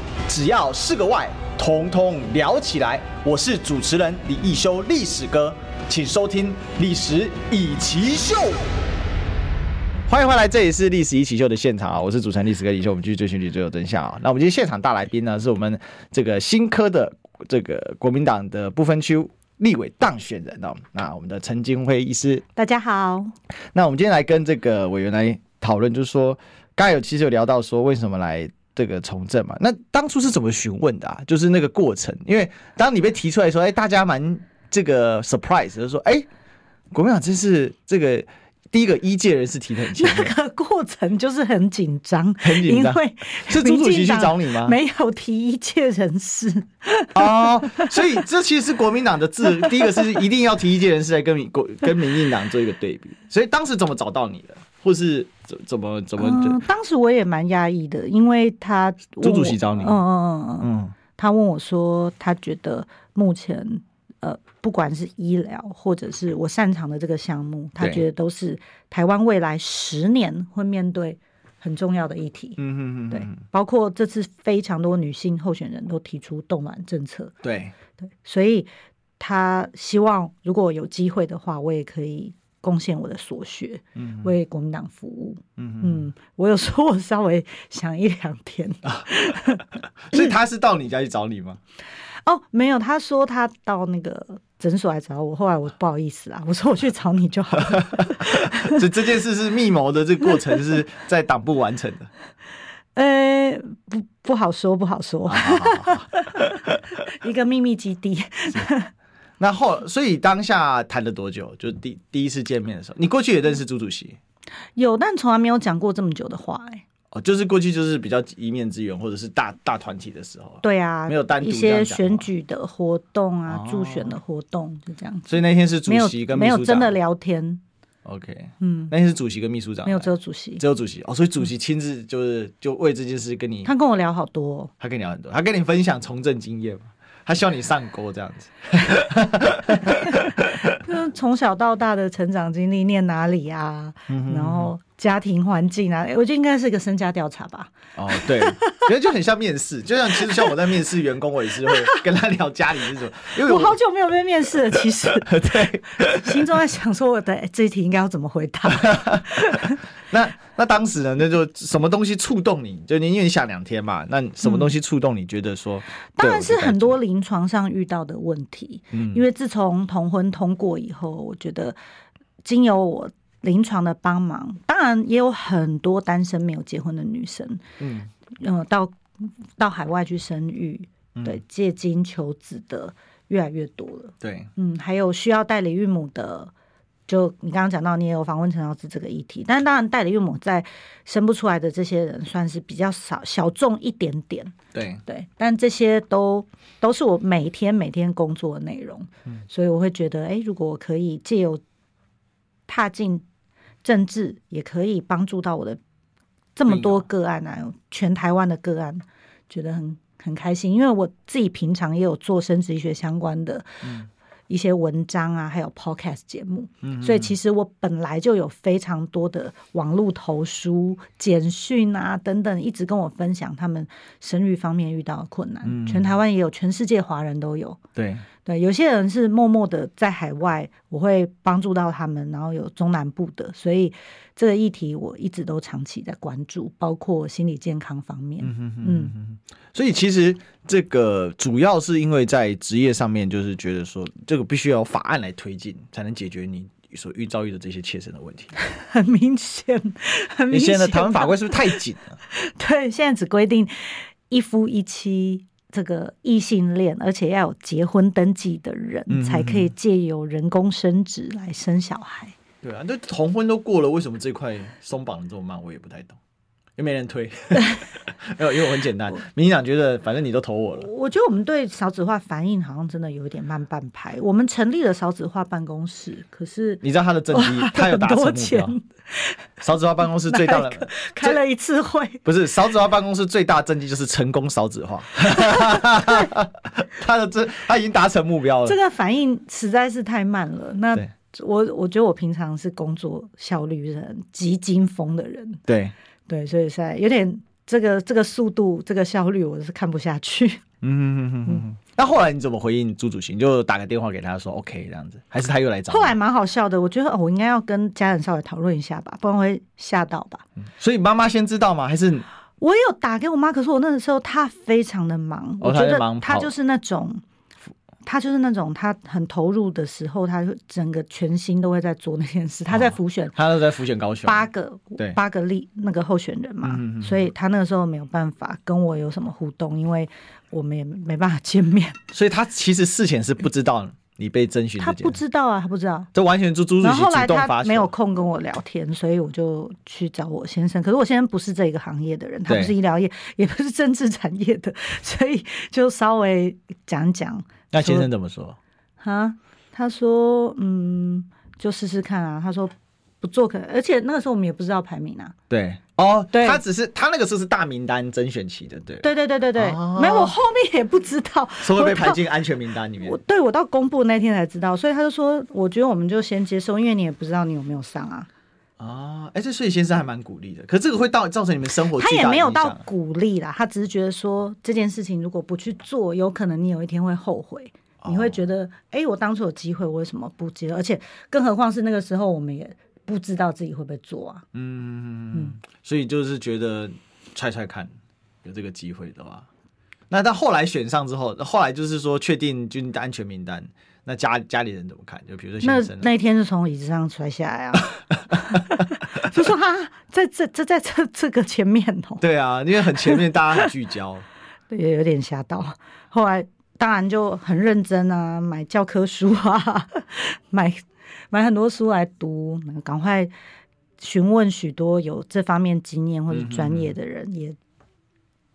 Speaker 1: 只要是个“外”，统统聊起来。我是主持人李一修，历史哥，请收听《历史以奇秀》。
Speaker 6: 欢迎回来，这里是《历史一起秀》的现场啊，我是主持人历史哥李秀，我们继续追寻历史最有真相啊。那我们今天现场大来宾呢，是我们这个新科的这个国民党的不分区立委当选人哦，那我们的陈金辉医师。
Speaker 2: 大家好，
Speaker 6: 那我们今天来跟这个委员来讨论，就是说，刚才有其实有聊到说为什么来这个从政嘛？那当初是怎么询问的啊？就是那个过程，因为当你被提出来说，哎，大家蛮这个 surprise，就是说，哎，国民党真是这个第一个一届人士提的很前面。
Speaker 2: 那个过程就是很紧张，
Speaker 6: 很紧张
Speaker 2: 因为
Speaker 6: 是朱主席
Speaker 2: 民进党
Speaker 6: 去找你吗
Speaker 2: 没有提一切人士，
Speaker 6: 哦，所以这其实是国民党的自，第一个是一定要提意见人士来跟民国跟民进党做一个对比。所以当时怎么找到你的，或是怎怎么怎么
Speaker 2: 嗯，当时我也蛮压抑的，因为他问
Speaker 6: 朱主
Speaker 2: 我
Speaker 6: 席找你
Speaker 2: 嗯嗯嗯嗯，
Speaker 6: 嗯
Speaker 2: 他问我说，他觉得目前呃，不管是医疗或者是我擅长的这个项目，他
Speaker 6: 对
Speaker 2: 觉得都是台湾未来十年会面对很重要的议题。
Speaker 1: 嗯哼哼，
Speaker 2: 对，包括这次非常多女性候选人都提出冻卵政策，
Speaker 1: 对，
Speaker 2: 所以他希望如果有机会的话，我也可以贡献我的所学，
Speaker 1: 嗯
Speaker 2: 为国民党服务。
Speaker 1: 嗯嗯，
Speaker 2: 嗯，我有时候 我稍微想一两天。
Speaker 1: 啊所以他是到你家去找你吗？
Speaker 2: 哦，没有，他说他到那个诊所来找我，后来我不好意思啊，我说我去找你就好了。
Speaker 1: 这这件事是密谋的，这个过程是在党部完成的。
Speaker 2: 呃，不不好说，不好说，
Speaker 1: 啊好好好好
Speaker 2: 一个秘密基地。
Speaker 1: 那后，所以当下谈了多久？就第第一次见面的时候，你过去也认识朱主席
Speaker 2: 有，但从来没有讲过这么久的话、哎，
Speaker 1: 哦，就是过去就是比较一面之缘，或者是大大团体的时候。，
Speaker 2: 对啊，
Speaker 1: 没有单独
Speaker 2: 一
Speaker 1: 这样
Speaker 2: 些
Speaker 1: 讲话
Speaker 2: 选举的活动啊
Speaker 1: 哦，
Speaker 2: 助选的活动就这样子，
Speaker 1: 所以那天是主
Speaker 2: 没有
Speaker 1: 席跟秘
Speaker 2: 没
Speaker 1: 书长
Speaker 2: 有真的。聊天，
Speaker 1: OK，
Speaker 2: 嗯，
Speaker 1: 那天是主席跟秘书长来，
Speaker 2: 没有只有主席
Speaker 1: 只，有主席哦，所以主席亲自就是就为这件事跟你，
Speaker 2: 他跟我聊好多、哦。
Speaker 1: 他跟你聊很多，他跟你分享从政经验嘛，他希望你上钩这样子。
Speaker 2: 就是从小到大的成长经历，念哪里啊，
Speaker 1: 嗯
Speaker 2: 然后家庭环境啊，诶我觉得应该是一个身家调查吧。
Speaker 1: 哦，对，觉得就很像面试，就像其实像我在面试员工，我也是会跟他聊家里是什么，因为
Speaker 2: 我好久没有被面试了，其实
Speaker 1: 对，
Speaker 2: 心中在想说，我的诶这一题应该要怎么回答？
Speaker 1: 那那当时呢，那就什么东西触动你？就你因为你想两天嘛，那什么东西触动你？觉得说，
Speaker 2: 嗯当
Speaker 1: 对
Speaker 2: 然
Speaker 1: 我
Speaker 2: 是
Speaker 1: 就该嗯
Speaker 2: 很多
Speaker 1: 做
Speaker 2: 临床上遇到的问题，因为自从同婚通过以后，我觉得经由我临床的帮忙，当然也有很多单身没有结婚的女生，
Speaker 1: 嗯
Speaker 2: 呃，到到海外去生育，
Speaker 1: 嗯
Speaker 2: 对，借精求子的越来越多了。
Speaker 1: 对，
Speaker 2: 嗯，还有需要代理孕母的，就你刚刚讲到，你也有访问陈老师这个议题，但当然代理孕母在生不出来的这些人算是比较少小众一点点，
Speaker 1: 对，
Speaker 2: 对，但这些都都是我每天每天工作的内容，所以我会觉得，哎，如果我可以借由踏进政治，也可以帮助到我的这么多个案啊，全台湾的个案，觉得很很开心，因为我自己平常也有做生殖医学相关的。一些文章啊，还有 podcast 节目，所以其实我本来就有非常多的网络投书、简讯啊等等，一直跟我分享他们生育方面遇到的困难。全台湾也有，全世界华人都有。
Speaker 1: 对，
Speaker 2: 对，有些人是默默的在海外，我会帮助到他们，然后有中南部的，所以这个议题我一直都长期在关注，包括心理健康方面。嗯，
Speaker 1: 所以其实这个主要是因为在职业上面，就是觉得说这个必须要有法案来推进，才能解决你所遇遭遇的这些切身的问题。
Speaker 2: 很明显，很
Speaker 1: 你
Speaker 2: 明
Speaker 1: 现
Speaker 2: 显
Speaker 1: 在的台湾法规是不是太紧了？
Speaker 2: 对，现在只规定一夫一妻这个异性恋，而且要有结婚登记的人，
Speaker 1: 嗯
Speaker 2: 才可以借由人工生殖来生小孩。
Speaker 1: 对啊，那同婚都过了，为什么这块松绑的这么慢？我也不太懂，又没人推。 没有，因为我很简单，民进党觉得反正你都投我了，
Speaker 2: 我觉得我们对少子化反应好像真的有一点慢半拍。我们成立了少子化办公室，可是
Speaker 1: 你知道他的政绩
Speaker 2: 哇，
Speaker 1: 他有达成目
Speaker 2: 很多
Speaker 1: 标
Speaker 2: 钱。
Speaker 1: 少子化办公室最大
Speaker 2: 哪一
Speaker 1: 的
Speaker 2: 个开了一次会，
Speaker 1: 不是少子化办公室最大的政绩就是成功少子 化，他的这他已经达成目标了。
Speaker 2: 这个反应实在是太慢了。那
Speaker 1: 对
Speaker 2: 我我觉得我平常是工作效率是很急惊风的人，
Speaker 1: 对，
Speaker 2: 对，所以现在有点这个这个速度、这个效率，我是看不下去。
Speaker 1: 嗯哼哼哼哼。那后来你怎么回应朱主席？你就打个电话给他说 OK 这样子，还是他又来找你？
Speaker 2: 后来蛮好笑的，我觉得、哦我应该要跟家人稍微讨论一下吧，不然会吓到吧。
Speaker 1: 所以妈妈先知道吗？还是
Speaker 2: 我有打给我妈，可是我那个时候她非常的忙，
Speaker 1: 哦
Speaker 2: 我觉
Speaker 1: 她在
Speaker 2: 得
Speaker 1: 忙
Speaker 2: 她
Speaker 1: 跑
Speaker 2: 就是那种，她就是那种，她很投入的时候，她就整个全心都会在做那件事。她在浮选
Speaker 1: 他都在浮选高雄？
Speaker 2: 八个
Speaker 1: 哦对
Speaker 2: 八个立那个候选人嘛，
Speaker 1: 嗯嗯嗯
Speaker 2: 所以她那个时候没有办法跟我有什么互动，因为我们也没办法见面。
Speaker 1: 所以他其实事前是不知道你被征询
Speaker 2: 她
Speaker 1: 这件
Speaker 2: 不
Speaker 1: 事，
Speaker 2: 知道啊，她不知道。
Speaker 1: 这完全是朱主
Speaker 2: 然
Speaker 1: 席
Speaker 2: 后后来
Speaker 1: 主动
Speaker 2: 他
Speaker 1: 发
Speaker 2: 没有
Speaker 1: 球。
Speaker 2: 空跟我聊天，所以我就去找我先生。可是我先生不是这个行业的人，他
Speaker 1: 对
Speaker 2: 不是医疗业，也不是政治产业的，所以就稍微讲讲
Speaker 1: 那先生怎么说？
Speaker 2: 啊。他说：“嗯，就试试看啊。”他说：“不做可，而且那个时候我们也不知道排名啊。
Speaker 1: 对，哦，
Speaker 2: 对
Speaker 1: 他只是他那个时候是大名单甄选期的，对”，
Speaker 2: 对对对对对，
Speaker 1: 哦
Speaker 2: 没有，我后面也不知 道，
Speaker 1: 所以
Speaker 2: 我
Speaker 1: 被
Speaker 2: 到
Speaker 1: 排进安全名单里面
Speaker 2: 我。对我到公布那天才知道，所以他就说：“我觉得我们就先接受，因为你也不知道你有没有上啊。”
Speaker 1: 啊，哎，这所以先生还蛮鼓励的，可是这个会到造成你们生活
Speaker 2: 他
Speaker 1: 巨
Speaker 2: 也
Speaker 1: 大
Speaker 2: 没
Speaker 1: 的
Speaker 2: 有
Speaker 1: 影响啊
Speaker 2: 到鼓励啦，他只是觉得说这件事情如果不去做，有可能你有一天会后悔，你
Speaker 1: 哦
Speaker 2: 会觉得，哎、我当初有机会，我为什么不接？而且，更何况是那个时候，我们也不知道自己会不会做啊。
Speaker 1: 嗯，所以就是觉得踹踹看，有这个机会的话，那到后来选上之后，后来就是说确定军安全名单，那家家里人怎么看？就比如说
Speaker 2: 那
Speaker 1: 先生啊，
Speaker 2: 那天是从椅子上摔下来啊， 就说哈，在这这在这这个前面哦，
Speaker 1: 对啊，因为很前面大家很聚焦，
Speaker 2: 也有点吓到。 后来当然就很认真啊，买教科书啊， 买买很多书来读，赶快询问许多有这方面经验或者专业的人，也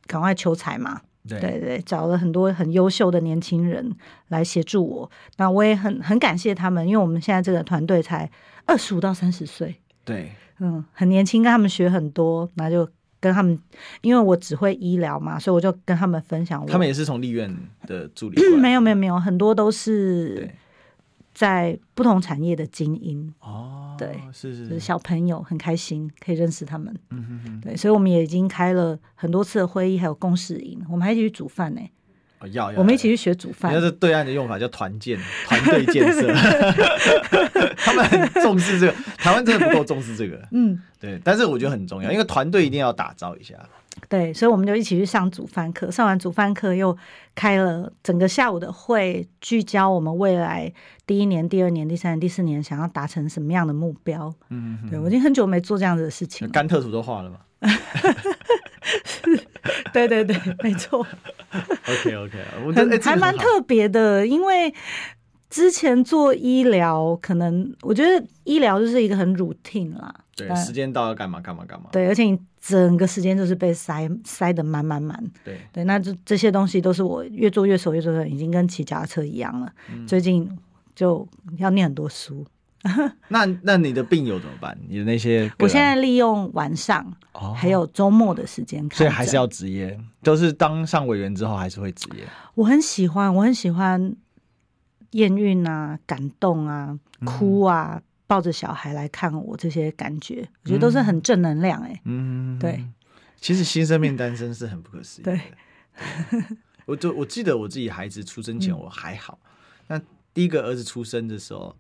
Speaker 2: 赶快求财嘛。
Speaker 1: 对
Speaker 2: 对对，找了很多很优秀的年轻人来协助我，那我也很很感谢他们，因为我们现在这个团队才二十五到三十岁，
Speaker 1: 对
Speaker 2: 嗯，很年轻，跟他们学很多，那就跟他们，因为我只会医疗嘛，所以我就跟他们分享我。
Speaker 1: 他们也是从立院的助理过来，
Speaker 2: 嗯没有没有没有，很多都是
Speaker 1: 对
Speaker 2: 在不同产业的精英，
Speaker 1: 哦，
Speaker 2: 对
Speaker 1: 是是
Speaker 2: 就是
Speaker 1: 是，
Speaker 2: 小朋友很开心可以认识他们，
Speaker 1: 嗯哼哼，
Speaker 2: 对，所以我们也已经开了很多次的会议，还有共事营，我们还一起去煮饭呢、
Speaker 1: 哦要要，
Speaker 2: 我们一起去学煮
Speaker 1: 要。
Speaker 2: 饭
Speaker 1: 人家。是对岸的用法叫团建、 团队建设， 他们很重视这个。台湾真的不够重视这个，
Speaker 2: 嗯，
Speaker 1: 对。但是我觉得很重要，因为团队一定要打造一下。
Speaker 2: 对，所以我们就一起去上煮饭课，上完煮饭课又开了整个下午的会，聚焦我们未来第一年、第二年、第三年、第四年想要达成什么样的目标。
Speaker 1: 嗯哼
Speaker 2: 对我已经很久没做这样子的事
Speaker 1: 哼，
Speaker 2: 情了。
Speaker 1: 甘特图都画 了嘛
Speaker 2: 对对对，没 错，
Speaker 1: ？OK OK，我觉得哎
Speaker 2: 很
Speaker 1: 这个
Speaker 2: 还
Speaker 1: 很
Speaker 2: 蛮
Speaker 1: 好
Speaker 2: 特别的，因为。之前做医疗，可能我觉得医疗就是一个很 routine 啦，
Speaker 1: 对，
Speaker 2: 呃
Speaker 1: 时间到要干嘛干嘛干嘛。
Speaker 2: 对，而且你整个时间就是被塞塞得满满满，
Speaker 1: 对
Speaker 2: 对，那这这些东西都是我越做越熟，越做越熟已经跟骑脚踏车一样了。
Speaker 1: 嗯
Speaker 2: 最近就要念很多书，
Speaker 1: 啊那那你的病友怎么办？你的那些个案，
Speaker 2: 我现在利用晚上、
Speaker 1: 哦
Speaker 2: 还有周末的时间看，
Speaker 1: 所以还是。要职业，就是当上委员之后还是会职业。
Speaker 2: 我很喜欢，我很喜欢验孕啊、感动啊、
Speaker 1: 嗯
Speaker 2: 哭啊，抱着小孩来看我这些感觉，我觉得都是很正能量哎、
Speaker 1: 嗯，
Speaker 2: 对。
Speaker 1: 其实新生命单身是很不可思议的。
Speaker 2: 对
Speaker 1: 对，我就我记得我自己孩子出生
Speaker 2: 嗯
Speaker 1: 前我还好，那第一个儿子出生的时候，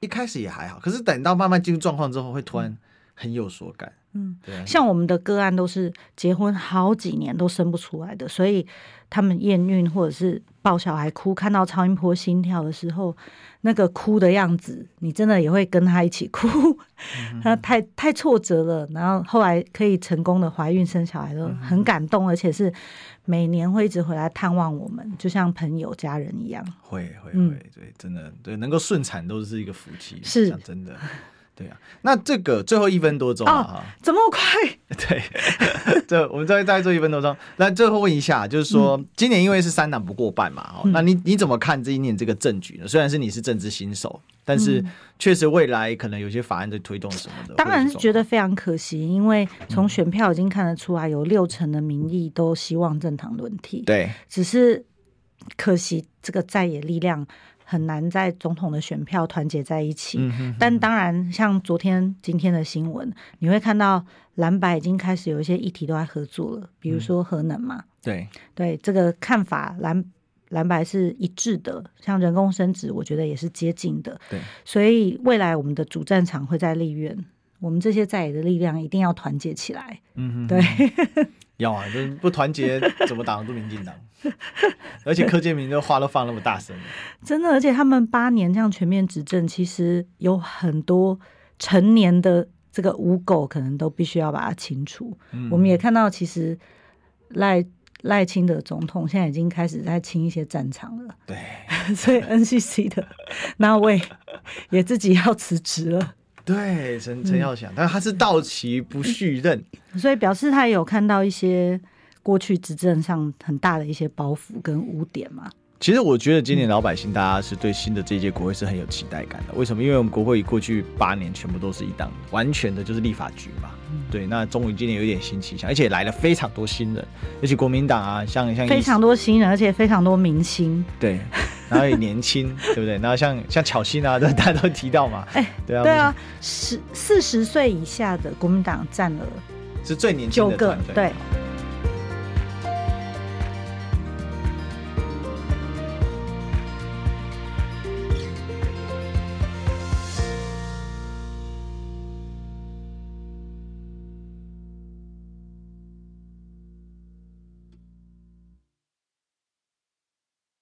Speaker 1: 一开始也还好，可是等到慢慢进入状况之后，会突然很有所感。
Speaker 2: 嗯，
Speaker 1: 对啊，
Speaker 2: 像我们的个案都是结婚好几年都生不出来的，所以他们验孕或者是抱小孩哭，看到超音波心跳的时候，那个哭的样子，你真的也会跟他一起哭， 他太太挫折了。然后后来可以成功的怀孕生小孩了，很感动，而且是每年会一直回来探望我们，就像朋友家人一样。
Speaker 1: 会会
Speaker 2: 嗯
Speaker 1: 会，对，真的对，能够顺产都是一个福气，
Speaker 2: 是
Speaker 1: 讲真的。对啊，那这个最后一分多钟啊，
Speaker 2: 哦
Speaker 1: 哈
Speaker 2: 怎么快？
Speaker 1: 对，这我们再再做一分多钟。那最后问一下，就是说、
Speaker 2: 嗯
Speaker 1: 今年因为是三党不过半嘛，哦，那你你怎么看这一年这个政局呢？虽然是你是政治新手，但是确实未来可能有些法案的推动什么的，
Speaker 2: 嗯当然是觉
Speaker 1: 得
Speaker 2: 得非常可惜，因为从选票已经看得出来，有六成的民意都希望政党轮替。
Speaker 1: 对
Speaker 2: 只是可惜这个在野力量很难在总统的选票团结在一起。
Speaker 1: 嗯
Speaker 2: 但当然，像昨天、今天的新闻，你会看到蓝白已经开始有一些议题都在合作了，比如说核能嘛，
Speaker 1: 对
Speaker 2: 对这个看法蓝。蓝白是一致的，像人工生殖，我觉得也是接近的。
Speaker 1: 对，
Speaker 2: 所以未来我们的主战场会在立院，我们这些在野的力量一定要团结起来。
Speaker 1: 嗯哼，
Speaker 2: 对，
Speaker 1: 要啊，就是不团结怎么打得住民进党？ 而且柯建明的话都放那么大声了，
Speaker 2: 真的，而且他们八年这样全面执政，其实有很多成年的这个污垢，可能都必须要把它清除。我们也看到，其实赖赖清德总统现在已经开始在清一些战场了，
Speaker 1: 对，
Speaker 2: 所以 NCC 的那位也自己要辞职了，
Speaker 1: 对，陈陈耀祥，但他是到期不续任，
Speaker 2: 所以表示他也有看到一些过去执政上很大的一些包袱跟污点嘛。
Speaker 7: 其实我觉得今年老百姓大家是对新的这一届国会是很有期待感的。为什么？因为我们国会过去八年全部都是一党，完全的就是立法局嘛。
Speaker 2: 嗯
Speaker 7: 对，那终于今年有点新气象，而且来了非常多新人，而且国民党啊，像
Speaker 1: 哎
Speaker 7: 像
Speaker 2: 非常多新人，而且非常多明星，
Speaker 7: 对，然后也年轻，对不对？然后像像巧芯啊，这大家都提到嘛，
Speaker 2: 哎
Speaker 7: 对啊，
Speaker 2: 对啊，十四十岁以下的国民党占了
Speaker 1: 是最年轻
Speaker 2: 九
Speaker 1: 的
Speaker 2: 个
Speaker 1: 团队，
Speaker 2: 对，